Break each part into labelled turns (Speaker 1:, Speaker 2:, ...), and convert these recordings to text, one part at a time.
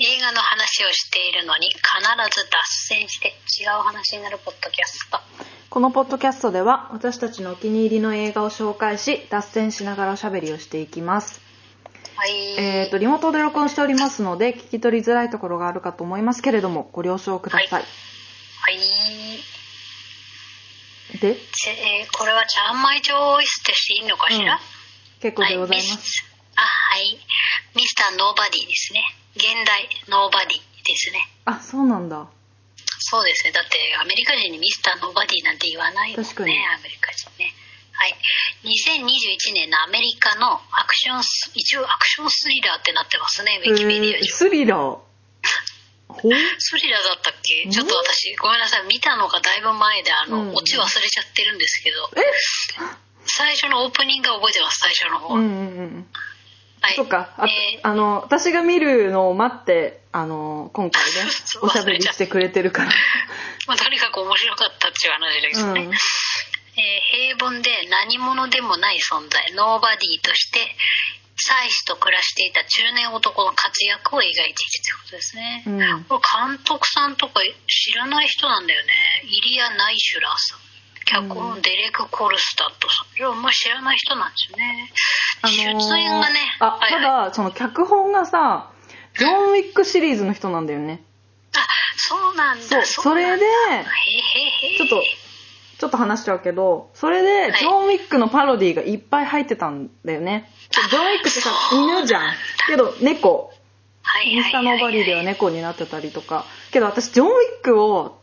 Speaker 1: 映画の話をしているのに必ず脱線して違う話になるポッドキャスト。
Speaker 2: このポッドキャストでは私たちのお気に入りの映画を紹介し脱線しながらおしゃべりをしていきます、
Speaker 1: はい。
Speaker 2: えー、とリモートで録音しておりますので聞き取りづらいところがあるかと思いますけれどもご了承ください、
Speaker 1: はい。
Speaker 2: で
Speaker 1: ちえーこれはちゃんまいちょーイスってしていいのかしら、
Speaker 2: うん結構でございます、
Speaker 1: はい、ミスあ、はい。ミスターノーバディですね。現代ノーバディですね。
Speaker 2: あそうなんだ
Speaker 1: そうですね。だってアメリカ人にミスターノーバディなんて言わないもんね。
Speaker 2: 確かに
Speaker 1: アメリカ人ね。はい。2021年のアメリカのアクションス、一応アクションスリラーってなってますね、ウィキペディア
Speaker 2: えー
Speaker 1: 上。
Speaker 2: スリラー ほう
Speaker 1: スリラーだったっけ
Speaker 2: ん
Speaker 1: ちょっと私、ごめんなさい。見たのがだいぶ前で、あの、
Speaker 2: うん
Speaker 1: オチ忘れちゃってるんですけど、
Speaker 2: え
Speaker 1: 最初のオープニングは覚えてます、最初の方。
Speaker 2: うんうんうん
Speaker 1: はい。
Speaker 2: そっかあ,、
Speaker 1: えー
Speaker 2: あの私が見るのを待ってあの今回ね
Speaker 1: そう
Speaker 2: おしゃべりしてくれてるから
Speaker 1: まあ、とにかく面白かったっていう話ですね。
Speaker 2: う
Speaker 1: え
Speaker 2: ん
Speaker 1: ー平凡で何者でもない存在ノーバディとして妻子と暮らしていた中年男の活躍を描いているということですね、
Speaker 2: うん
Speaker 1: これ監督さんとか知らない人なんだよねイリア・ナイシュラーさん脚
Speaker 2: う
Speaker 1: 本デレク・コルスタットさん、いやあんま知らない人なんですよね、
Speaker 2: あのー
Speaker 1: 出演がね
Speaker 2: あ、
Speaker 1: はいはい
Speaker 2: ただその脚本がさジョン・ウィックシリーズの人なんだよね
Speaker 1: あそうなんだ
Speaker 2: そう
Speaker 1: う
Speaker 2: それ
Speaker 1: なん
Speaker 2: で
Speaker 1: だへへへ
Speaker 2: ちょっとちょっと話しちゃうけどそれで
Speaker 1: はい
Speaker 2: ジョン・ウィックのパロディがいっぱい入ってたんだよねジョン・ウィックってさ
Speaker 1: そう
Speaker 2: 犬じゃんけど猫
Speaker 1: はい
Speaker 2: イン
Speaker 1: はい
Speaker 2: ス
Speaker 1: は
Speaker 2: タ
Speaker 1: いはい
Speaker 2: のバリーでは猫になってたりとかけど私ジョン・ウィックを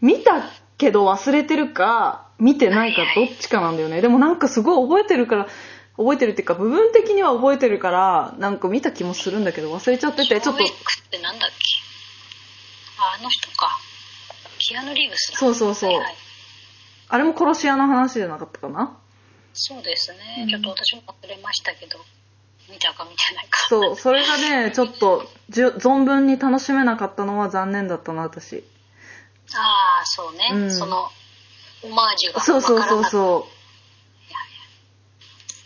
Speaker 2: 見たけど忘れてるか見てないか
Speaker 1: はいは
Speaker 2: ど
Speaker 1: い
Speaker 2: っちかなんだよねでもなんかすごい覚えてるから覚えてるっていうか部分的には覚えてるからなんか見た気もするんだけど忘れちゃっててちょっ
Speaker 1: ジョンウィ
Speaker 2: と
Speaker 1: ックってなんだっけああの人かキアヌ・リーブスだ
Speaker 2: そうそうそう
Speaker 1: はいはい
Speaker 2: あれも殺し屋の話じゃなかったかな
Speaker 1: そうですね、
Speaker 2: うん
Speaker 1: ちょっと私も忘れましたけど見たか見てないか
Speaker 2: そうそれがねちょっとじゅ存分に楽しめなかったのは残念だったな私
Speaker 1: ああそうね、
Speaker 2: うん
Speaker 1: そのオマージュが
Speaker 2: そうそうそう
Speaker 1: う
Speaker 2: そ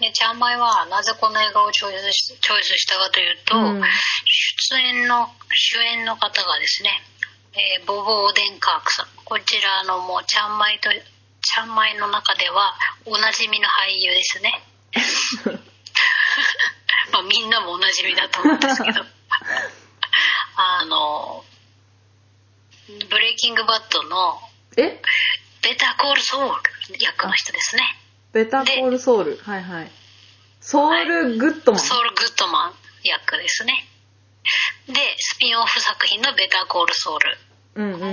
Speaker 1: でちゃんまいはなぜこの映画をチョイスしチョイスしたかというと、
Speaker 2: うん
Speaker 1: 出演の主演の方がですね、えーボボ・オデンカークさんこちらのもうちゃんまいとちゃんまいの中ではおなじみの俳優ですねまあ、みんなもおなじみだと思うんですけどあの「ブレイキングバッド」の
Speaker 2: うえ
Speaker 1: ベターコールソウル役の人ですね
Speaker 2: ベタコールソウルはいはいソウルグッドマン、
Speaker 1: ソウル・グッドマン役ですねでスピンオフ作品の「ベターコールソウル
Speaker 2: うんう
Speaker 1: も」
Speaker 2: ん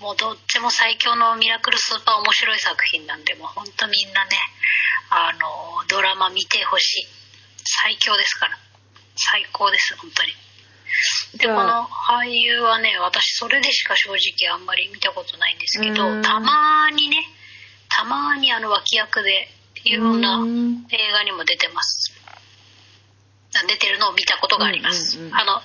Speaker 1: もうどっちも最強のミラクルスーパー面白い作品なんでもうほんとみんなねあのドラマ見てほしい最強ですから最高です本当にで
Speaker 2: じ
Speaker 1: この
Speaker 2: ゃあ
Speaker 1: 俳優はね私それでしか正直あんまり見たことないんですけ
Speaker 2: う
Speaker 1: ど
Speaker 2: ん
Speaker 1: たまにねたまにあの脇役でいろんな
Speaker 2: うん
Speaker 1: 映画にも出てますあ出てるのを見たことがあります、
Speaker 2: うんうんうん
Speaker 1: あの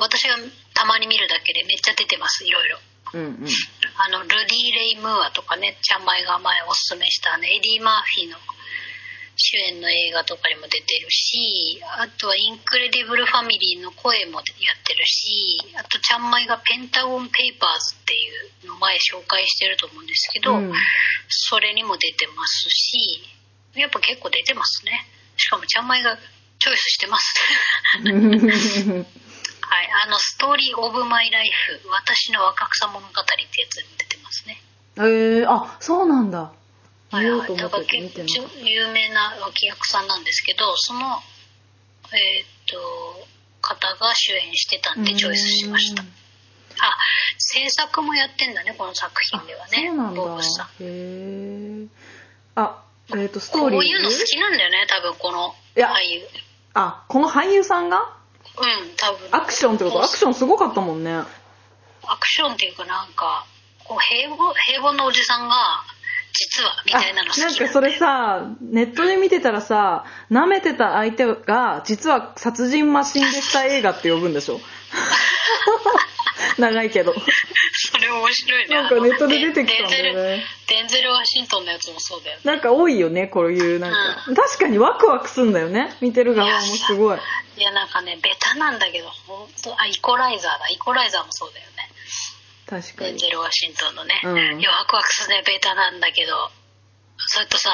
Speaker 1: 私がたまに見るだけでめっちゃ出てますいろいろ
Speaker 2: うんうん
Speaker 1: あのルディ・レイ・ムーアとかねちゃんまいが前おすすめしたあのエディ・マーフィーの主演の映画とかにも出てるしあとは「インクレディブル・ファミリー」の声もやってるしあとちゃんまいが「ペンタゴン・ペーパーズ」っていうのを前紹介してると思うんですけど、
Speaker 2: うん
Speaker 1: それにも出てますしやっぱ結構出てますねしかもちゃんまいがチョイスしてます はいあの「ストーリー・オブ・マイ・ライフ私の若草物語」ってやつにも出てますね
Speaker 2: えー、あそうなんだ見ようと思
Speaker 1: だ
Speaker 2: っ
Speaker 1: から
Speaker 2: てて見
Speaker 1: 結
Speaker 2: て
Speaker 1: 構
Speaker 2: なかっ
Speaker 1: 有名な脇役さんなんですけどそのえーっと方が主演してた
Speaker 2: た
Speaker 1: んでチョイスしましたあ
Speaker 2: うん
Speaker 1: 制作もやってんだねこの作品では
Speaker 2: あそうな
Speaker 1: ね
Speaker 2: ん
Speaker 1: ボブさん
Speaker 2: だへえあえっ、とスト
Speaker 1: こ
Speaker 2: ー
Speaker 1: う
Speaker 2: リー
Speaker 1: いうの好きなんだよね多分この
Speaker 2: いや
Speaker 1: 俳優
Speaker 2: あこの俳優さんが
Speaker 1: うん多分
Speaker 2: アクションってことアクションすごかったもんね
Speaker 1: アクションっていうかなんかこう平凡平凡のおじさんが実はみ
Speaker 2: あ
Speaker 1: たいなの好き
Speaker 2: なんかそれさネットで見てたらさ舐めてた相手が実は殺人マシンでした映画って呼ぶんで しょ長いけど
Speaker 1: それ面白いね
Speaker 2: なんかネットで出てきたんだ
Speaker 1: あの
Speaker 2: よね
Speaker 1: デンゼルデンゼル・ワシントンのやつもそうだよね
Speaker 2: なんか多いよねこういうなんか、確かにワクワクすんだよね見てる側もすごい
Speaker 1: いやなんかねベタなんだけど本当あイコライザーだイコライザーもそうだよね
Speaker 2: 確か
Speaker 1: デン
Speaker 2: に
Speaker 1: ゼル・ワシントンのね、
Speaker 2: うん
Speaker 1: いやワクワクするねベタなんだけどそれとさ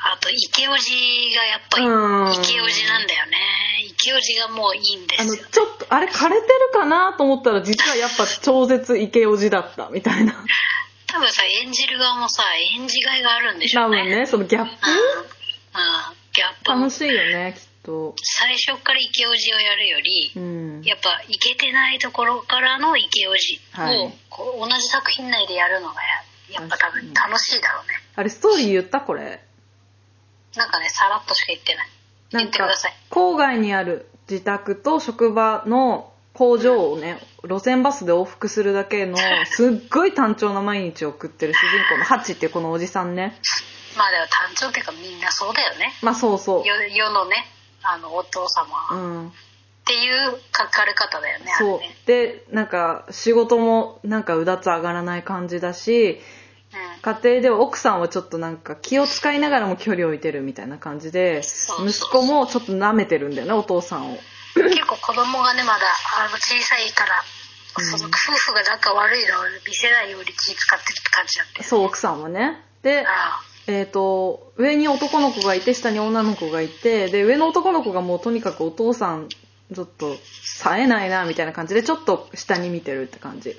Speaker 1: あとイケオジがやっぱり、
Speaker 2: うん
Speaker 1: イケオジなんだよねイケオジがもういいんで
Speaker 2: あの
Speaker 1: すよ
Speaker 2: ちょっとあれ枯れてるかなと思ったら実はやっぱ超絶イケオジだったみたいな
Speaker 1: 多分さ演じる側もさ演じがいがあるんでしょ
Speaker 2: 多
Speaker 1: うね
Speaker 2: 分ねそのギャップ
Speaker 1: うん、うん、ギャップも
Speaker 2: 楽しいよねきっと
Speaker 1: 最初からイケオジをやるより、
Speaker 2: うん
Speaker 1: やっぱイケてないところからのイケオジ
Speaker 2: はい
Speaker 1: をこう同じ作品内でやるのがやっぱ多分楽しいだろうね
Speaker 2: あれストーリー言ったこれ
Speaker 1: なんかねさらっとしか言ってない
Speaker 2: な
Speaker 1: 言
Speaker 2: ん
Speaker 1: ってく
Speaker 2: か
Speaker 1: ださい
Speaker 2: 郊外にある自宅と職場の工場をね路線バスで往復するだけの すっごい単調な毎日を送ってる主人公のハチっていうこのおじさ んね
Speaker 1: まあでも単調っていうかみんなそうだよね
Speaker 2: まあそうそ
Speaker 1: 世世のねあのお父
Speaker 2: うう
Speaker 1: 様っ
Speaker 2: ん
Speaker 1: ていう書かれ方だよねあれ
Speaker 2: そう
Speaker 1: ね
Speaker 2: でなんか仕事もなんかうだつ上がらない感じだし
Speaker 1: うん
Speaker 2: 家庭では奥さんはちょっとなんか気を使いながらも距離を置いてるみたいな感じで
Speaker 1: そう
Speaker 2: 息
Speaker 1: そう
Speaker 2: 子もちょっと舐めてるんだよねお父さんを
Speaker 1: 結構子供がねまだあの小さいから、
Speaker 2: うん
Speaker 1: その夫婦が仲悪いのを見せないように気使ってるって感じだったよ
Speaker 2: そう奥さんはねで
Speaker 1: ああ
Speaker 2: えー、と上に男の子がいて下に女の子がいてで上の男の子がもうとにかくお父さんちょっと冴えないなみたいな感じでちょっと下に見てるって感じ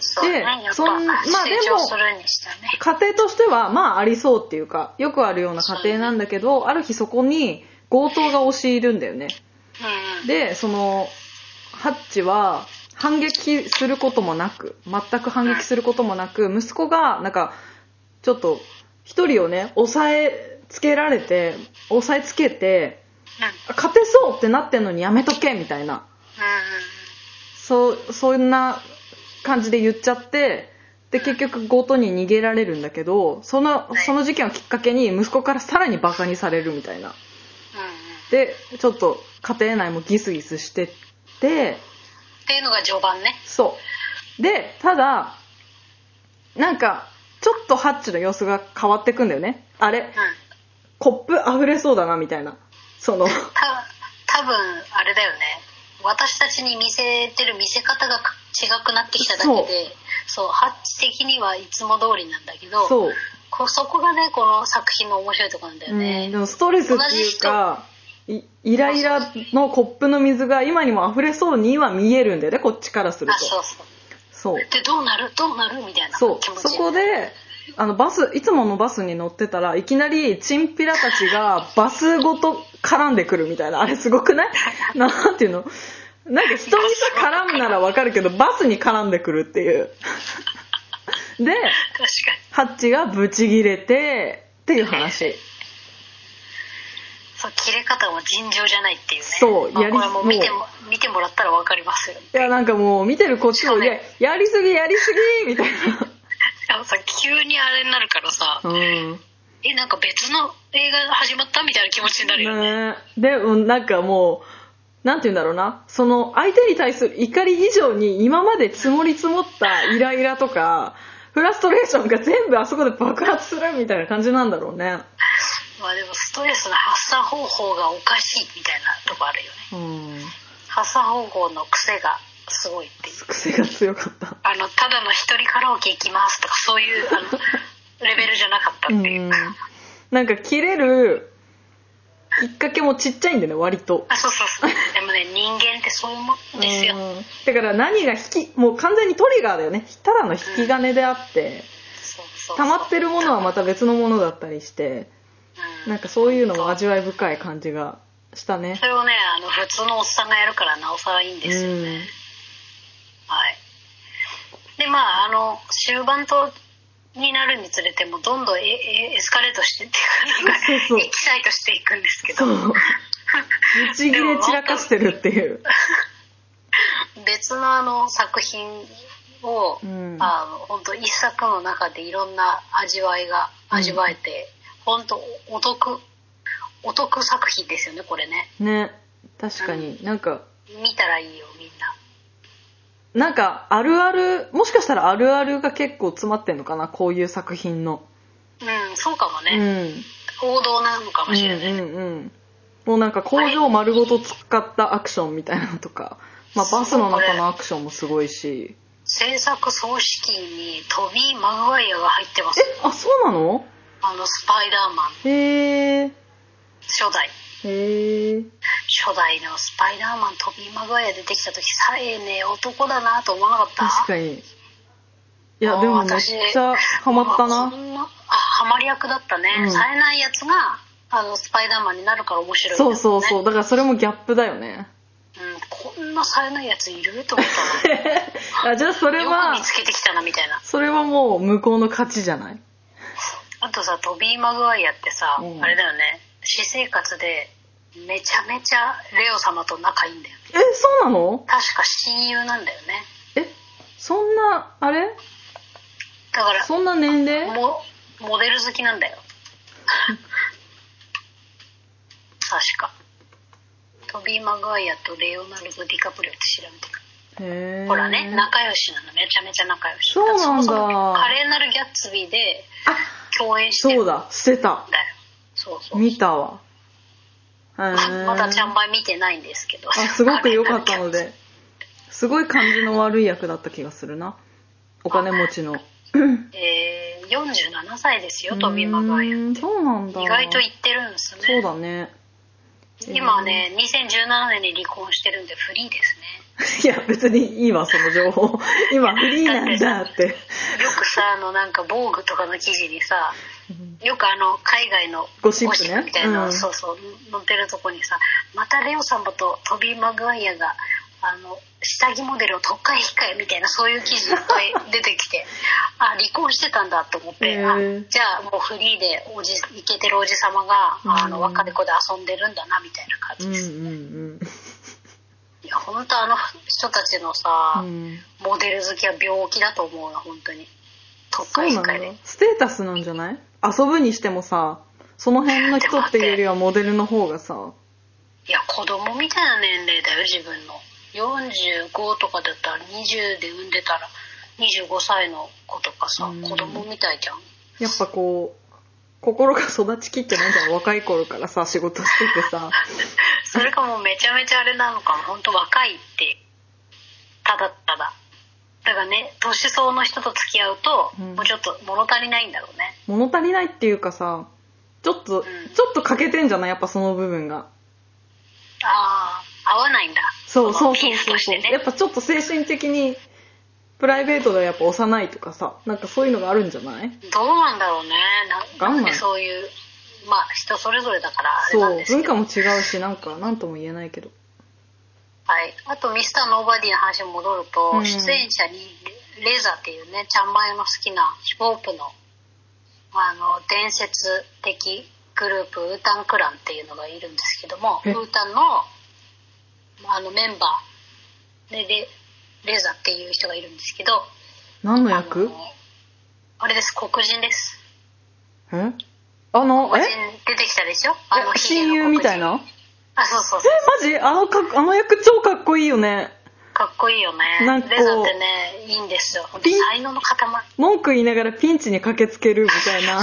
Speaker 1: そうね
Speaker 2: で
Speaker 1: やっぱ
Speaker 2: そんまあでも
Speaker 1: 成長するにしたね
Speaker 2: 家庭としてはまあありそうっていうかよくあるような家庭なんだけどある日そこに強盗が押し入るんだよね
Speaker 1: うん
Speaker 2: でそのハッチは反撃することもなく全く反撃することもなく息子がなんかちょっと一人をね抑えつけられて抑えつけて
Speaker 1: うん
Speaker 2: 勝てそうってなってんのにやめとけみたいな
Speaker 1: う
Speaker 2: そうそんな感じで言っちゃってで結局強盗に逃げられるんだけどそのその事件をきっかけに息子からさらにバカにされるみたいな
Speaker 1: うんうんう
Speaker 2: ん
Speaker 1: ん
Speaker 2: でちょっと家庭内もギスギスしてって
Speaker 1: っていうのが序盤ね
Speaker 2: そう。で、ただ、なんか、ちょっとハッチの様子が変わってくんだよね。あれ
Speaker 1: う、ん
Speaker 2: コップ溢れそうだな、みたいな。その、
Speaker 1: た多分あれだよね私たちに見せてる見せ方が違くなってきただけでそうハッチ的にはいつも通りなんだけど
Speaker 2: そう。
Speaker 1: こそこがねこの作品の面白いところなんだよ
Speaker 2: うん、
Speaker 1: ね、
Speaker 2: でもストレスっていうか、いイライラのコップの水が今にも溢れそうには見えるんだよね、こっちからする
Speaker 1: あ
Speaker 2: と。
Speaker 1: そうそう
Speaker 2: そう。
Speaker 1: でどうなるどうなるみたいな気
Speaker 2: そ
Speaker 1: 持ち
Speaker 2: う。そこで、あの、バス、いつものバスに乗ってたらいきなりチンピラたちがバスごと絡んでくるみたいな、あれすごくないなんていうのなんか人にさ絡むならわかるけど、バスに絡んでくるって いう。
Speaker 1: 確か
Speaker 2: で、
Speaker 1: に
Speaker 2: ハッチがブチギレて、っていう話。
Speaker 1: そう切れ方も尋常じゃないっていうね
Speaker 2: そう
Speaker 1: まあ
Speaker 2: やり
Speaker 1: これはもう見ても
Speaker 2: も
Speaker 1: 見てもらったらわかり ますよ
Speaker 2: いや、なんかもう見てるこっちも、いや、やりすぎやりすぎみたい
Speaker 1: しかもさ急にあれになるからさ、
Speaker 2: な。うん。
Speaker 1: えなんか別の映画が始まったみたいな気持ちになるよね
Speaker 2: ねえでもなんかもうなんて言うんだろうなその相手に対する怒り以上に今まで積もり積もったイライラとかフラストレーションが全部あそこで爆発するみたいな感じなんだろうね
Speaker 1: まあでもストレスの発散方法がおかしいみたいなとこあるよね
Speaker 2: うん
Speaker 1: 発散方法の癖がすごいっていう
Speaker 2: 癖が強かった
Speaker 1: あのただの一人カラオケ行きますとかそういうあのレベルじゃなかった
Speaker 2: う
Speaker 1: っていう、
Speaker 2: んなんか切れるきっかけもちっちゃいんだよね割と
Speaker 1: あそうそうそうでもね人間ってそういうもんですよ、
Speaker 2: うんだから何が引きもう完全にトリガーだよねただの引き金であって
Speaker 1: そうそうそう
Speaker 2: 溜まってるものはまた別のものだったりして
Speaker 1: うん
Speaker 2: なんかそういうのも味わい深い感じがしたね
Speaker 1: そ。れをねあの普通のおっさんがやるからなおさらいいん
Speaker 2: う
Speaker 1: ですよね、
Speaker 2: ん。
Speaker 1: はい。で、まあ、あの、終盤と、になるにつれても、どんどんエエエスカレートしてっていうか、なんか
Speaker 2: そうそうそう
Speaker 1: エキサイトしていくんですけ
Speaker 2: そ
Speaker 1: ど、
Speaker 2: う。ぶち切れ散らかしてるっていう。
Speaker 1: 別のあの作品を、
Speaker 2: うん
Speaker 1: あの本当一作の中でいろんな味わいが
Speaker 2: うん
Speaker 1: 味わえて、本当お得、お得作品ですよね、これね。
Speaker 2: ね。確かに。なんか、
Speaker 1: 見たらいいよ、みんな。
Speaker 2: なんかあるある、もしかしたらあるあるが結構詰まってんのかな、こういう作品の。
Speaker 1: うん、そうかも
Speaker 2: うん。う
Speaker 1: ね。王道なのかもしれない。
Speaker 2: んうんうん。もうなんか工場丸ごと使ったアクションみたいなのとか、まあ、バスの中のアクションもすごいし
Speaker 1: 制作総指揮にトビー・マグワイアが入ってます
Speaker 2: えあそうなの
Speaker 1: あのスパイダーマン
Speaker 2: へえ
Speaker 1: 初代
Speaker 2: へえ
Speaker 1: 初代のスパイダーマントビー・マグワイア出てきた時さえねえ男だなと思わなかった
Speaker 2: 確かにいやでもめっちゃハマった
Speaker 1: あ
Speaker 2: な
Speaker 1: こんなあハマり役だったね、
Speaker 2: うん
Speaker 1: 冴えないやつがあのスパイダーマンになるから面白いんだよ
Speaker 2: そ
Speaker 1: ね
Speaker 2: うそうそうだからそれもギャップだ よね
Speaker 1: うん、こんな冴えないやついると思っ
Speaker 2: あじゃあ
Speaker 1: た
Speaker 2: それ
Speaker 1: のよく
Speaker 2: は
Speaker 1: 見つけてきたなみたいな
Speaker 2: それはもう向こうの勝ちじゃない
Speaker 1: あとさトビー・マグワイアってさ、
Speaker 2: うん
Speaker 1: あれだよね私生活でめちゃめちゃレオ様と仲いいんだよね
Speaker 2: えそうなの
Speaker 1: 確か親友なんだよね
Speaker 2: えそんなあれ
Speaker 1: だから
Speaker 2: そんな年齢
Speaker 1: もモデル好きなん だよ確かトビー・マグワイアとレオナルド・ディカプリオって調べてく
Speaker 2: へえ
Speaker 1: ほらね仲良しなのめちゃめちゃ仲良し
Speaker 2: そうなんだ
Speaker 1: からそもそも華麗なるギャッツビーで
Speaker 2: あ
Speaker 1: 共演してる
Speaker 2: そ
Speaker 1: ん
Speaker 2: う
Speaker 1: だよ
Speaker 2: だしてた
Speaker 1: そうそう
Speaker 2: 見たわへ ー
Speaker 1: まだちゃんまい見てないんですけど
Speaker 2: あすごく良かったのですごい感じの悪い役だった気がするなお金持ちの
Speaker 1: えー、47歳ですよ
Speaker 2: う
Speaker 1: トビー・マグワイア
Speaker 2: ーんそうなんだ
Speaker 1: 意外といってるんですね
Speaker 2: そうだね
Speaker 1: 今はね2017年に離婚してるんでフリーですね
Speaker 2: いや別にいいわその 情報今フリーなんだって
Speaker 1: よくさあのなんか防具とかの記事にさよくあの海外の
Speaker 2: ゴシップね
Speaker 1: みたいな、
Speaker 2: うん
Speaker 1: そうそう載ってるとこにさまたレオ様とトビー・マグワイアがあの下着モデルを特会控えみたいなそういう記事いっぱい出てきてあ離婚してたんだと思って、
Speaker 2: へ
Speaker 1: あ
Speaker 2: ー
Speaker 1: じゃあもうフリーでおじイケてるおじ様が、あの
Speaker 2: うん
Speaker 1: 若い子で遊んでるんだなみたいな感
Speaker 2: う
Speaker 1: じ
Speaker 2: んう
Speaker 1: です、
Speaker 2: ん
Speaker 1: いや本当あの人たちのさ、
Speaker 2: うんうん
Speaker 1: モデル好きは病気だと思うな本当に特
Speaker 2: そう
Speaker 1: 会
Speaker 2: なん
Speaker 1: 控
Speaker 2: だ
Speaker 1: えで。
Speaker 2: ステータスなんじゃない遊ぶにしてもさその辺の人っていうよりはモデルの方がさ
Speaker 1: いや子供みたいな年齢だよ自分の45とかだったら20で産んでたら25歳の子とかさ
Speaker 2: うん
Speaker 1: 子供みたいじゃん
Speaker 2: やっぱこう心が育ちきってないじゃん若い頃からさ仕事しててさ
Speaker 1: それかもうめちゃめちゃあれなのかも本当若いってただただだからね年相応の人と付き合うと、
Speaker 2: うん
Speaker 1: もうちょっと物足りないんだろうね
Speaker 2: 物足りないっていうかさちょっと、ちょっと欠けてんじゃないやっぱその部分が
Speaker 1: ああ合わないんだ
Speaker 2: そう
Speaker 1: そ
Speaker 2: そ
Speaker 1: の
Speaker 2: うそ
Speaker 1: ピー
Speaker 2: う
Speaker 1: ス
Speaker 2: そ
Speaker 1: と
Speaker 2: う
Speaker 1: し
Speaker 2: そう、
Speaker 1: てね
Speaker 2: やっぱちょっと精神的にプライベートではやっぱ幼いとかさなんかそういうのがあるんじゃない
Speaker 1: どうなんだろうねな
Speaker 2: わかん
Speaker 1: な
Speaker 2: ない
Speaker 1: んでそういうまあ人それぞれだからあれなん
Speaker 2: そう
Speaker 1: ですけど
Speaker 2: 文化も違うしなんか何とも言えないけど
Speaker 1: はい、あとミスターノーバディの話に戻ると、
Speaker 2: うん
Speaker 1: 出演者にレレーザーっていうねちゃんまゆの好きなヒップホップのあの伝説的グループウータンクランっていうのがいるんですけどもウ
Speaker 2: え
Speaker 1: ータンのあのメンバーでレレーザーっていう人がいるんですけど
Speaker 2: 何の
Speaker 1: あ
Speaker 2: 役
Speaker 1: のあれです黒人です
Speaker 2: えあの
Speaker 1: 黒
Speaker 2: え
Speaker 1: 人出てきたでしょあの
Speaker 2: え親友みたいな
Speaker 1: あそうそうそう
Speaker 2: えマジあのかあの役超かっこいいよね
Speaker 1: かっこいいよね
Speaker 2: なんかこう
Speaker 1: レザってねいいんですよ本当に才能の塊
Speaker 2: 文句言いながらピンチに駆けつけるみ たいな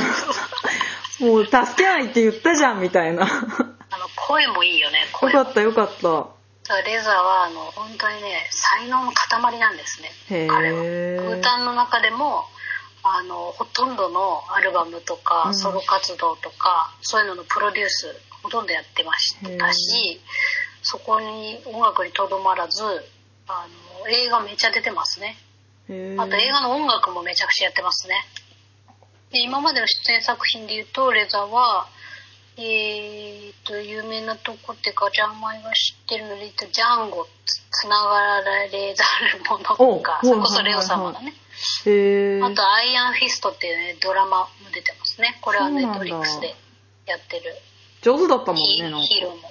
Speaker 2: もう助けないって言ったじゃんみたいな
Speaker 1: あの声もいいよね
Speaker 2: よ
Speaker 1: 声
Speaker 2: か
Speaker 1: も
Speaker 2: ったよかった
Speaker 1: レザーはあの本当にね才能の塊なんですね
Speaker 2: へー
Speaker 1: 彼は歌の中でもあのほとんどのアルバムとか、
Speaker 2: うん
Speaker 1: ソロ活動とかそういうののプロデュースほとんどやってましたしそこに音楽にとどまらずあの映画めっちゃ出てますね
Speaker 2: へー
Speaker 1: あと映画の音楽もめちゃくちゃやってますね。で今までの出演作品で言うと、レザーは、えーっと、有名なとこっていうか、ジャンマイが知ってるので言うと、ジャンゴつ、つながられざるものとか、
Speaker 2: お
Speaker 1: それこそ
Speaker 2: はい
Speaker 1: レ
Speaker 2: はいはい
Speaker 1: オ様だね。
Speaker 2: へー
Speaker 1: あと、アイアンフィストっていうね、ドラマも出てますね。これは
Speaker 2: そう
Speaker 1: ネ
Speaker 2: なん
Speaker 1: ッ
Speaker 2: だ
Speaker 1: トリックスでやってる
Speaker 2: 上手だったもん
Speaker 1: ヒ
Speaker 2: ねなんか
Speaker 1: ヒーローも。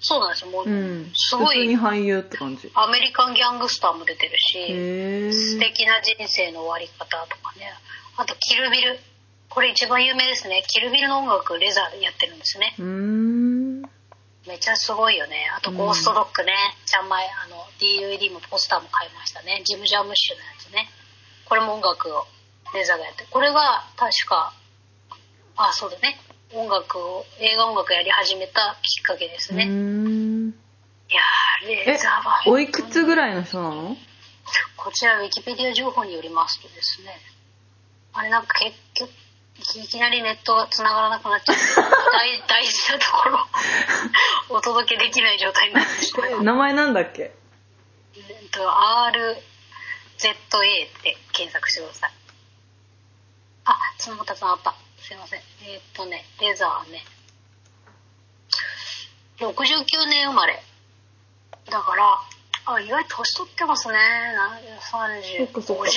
Speaker 1: そうなんですよ。もう、
Speaker 2: うん
Speaker 1: すご
Speaker 2: 普通に
Speaker 1: い、
Speaker 2: 俳優って感じ
Speaker 1: アメリカンギャングスターも出てるし、
Speaker 2: へえ
Speaker 1: 素敵な人生の終わり方とかねあと「キルビル」これ一番有名ですね「キルビル」の音楽レザーでやってるんですね
Speaker 2: うーん
Speaker 1: めちゃすごいよねあと「ゴーストドッグね」ちゃんまいあの DVD もポスターも買いましたねジム・ジャームッシュのやつねこれも音楽をレザーがやってこれが確かあそうだね音楽を映画音楽やり始めたきっかけです
Speaker 2: う
Speaker 1: ね、い
Speaker 2: ーん
Speaker 1: やーレ
Speaker 2: え
Speaker 1: ーザーは
Speaker 2: おいくつぐ
Speaker 1: い
Speaker 2: らいの人なの
Speaker 1: こちらウィキペディア情報によりますとですねあれなんか結局いきなりネットが繋がらなくなっちゃって大大事なところをお届けできない状態になってしまいました
Speaker 2: 名前なんだっけ
Speaker 1: えっと RZA って検索してくださいあつながったつながったすいませんえーっとねレザーね69年生まれだからあ意外と年取ってますねな
Speaker 2: そっ
Speaker 1: 3050
Speaker 2: かそっかい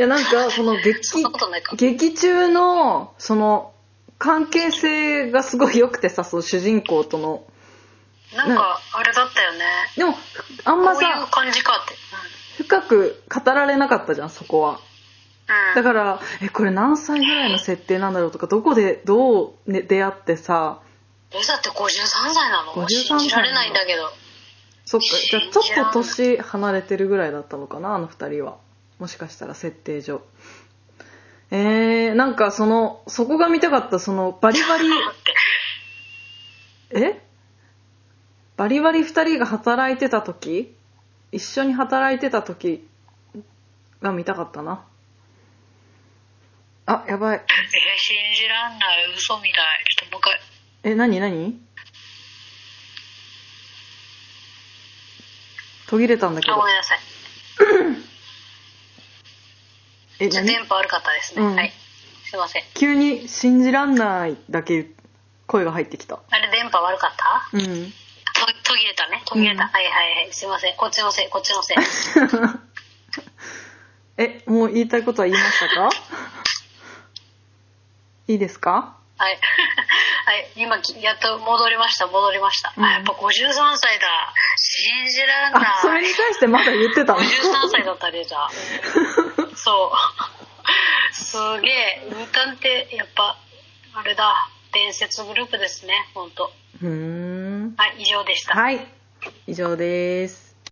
Speaker 2: やなんかその劇
Speaker 1: そんなことないか
Speaker 2: 劇中のその関係性がすごい良くてさその主人公との
Speaker 1: なんかあれだったよね
Speaker 2: でもあん
Speaker 1: こう
Speaker 2: ま
Speaker 1: いう
Speaker 2: さ
Speaker 1: 感じかって
Speaker 2: 深く語られなかったじゃんそこは
Speaker 1: うん、う
Speaker 2: だ
Speaker 1: ん、
Speaker 2: からえこれ何歳ぐらいの設定なんだろうとかどこでどう、ね、出会ってさ
Speaker 1: レザーって53歳なの
Speaker 2: 53
Speaker 1: 信じられないんだけど
Speaker 2: そっかじゃあちょっと年離れてるぐらいだったのかなあの二人はもしかしたら設定上えー、なんかそのそこが見たかったそのバリバリ
Speaker 1: 待 って
Speaker 2: えバリバリ二人が働いてた時一緒に働いてた時が見たかったなあやばい
Speaker 1: えー信じらんない嘘みたいちょっともう一回
Speaker 2: え何何途切れたんだけ
Speaker 1: あ
Speaker 2: ど
Speaker 1: ごめんなさい
Speaker 2: え
Speaker 1: ちょっ
Speaker 2: 何
Speaker 1: と電波悪かったですね、
Speaker 2: うん
Speaker 1: はいすいません
Speaker 2: 急に「信じらんない」だけ声が入ってきた
Speaker 1: あれ電波悪かった
Speaker 2: うん
Speaker 1: と途切れたね途切れた、
Speaker 2: うん
Speaker 1: はいはいはいすいませんこっちのせいこっちの せい
Speaker 2: えもう言いたいことは言いましたか いいですか
Speaker 1: はい はい今きやっと戻りました戻りました、
Speaker 2: うん
Speaker 1: あやっぱ53歳だ信じらんない
Speaker 2: あそれに関してまだ言ってたの
Speaker 1: 53歳だったレ ザーうんそう すげえウータンってやっぱあれだ伝説グループですね本当
Speaker 2: うーん
Speaker 1: はい以上でした
Speaker 2: はい以上です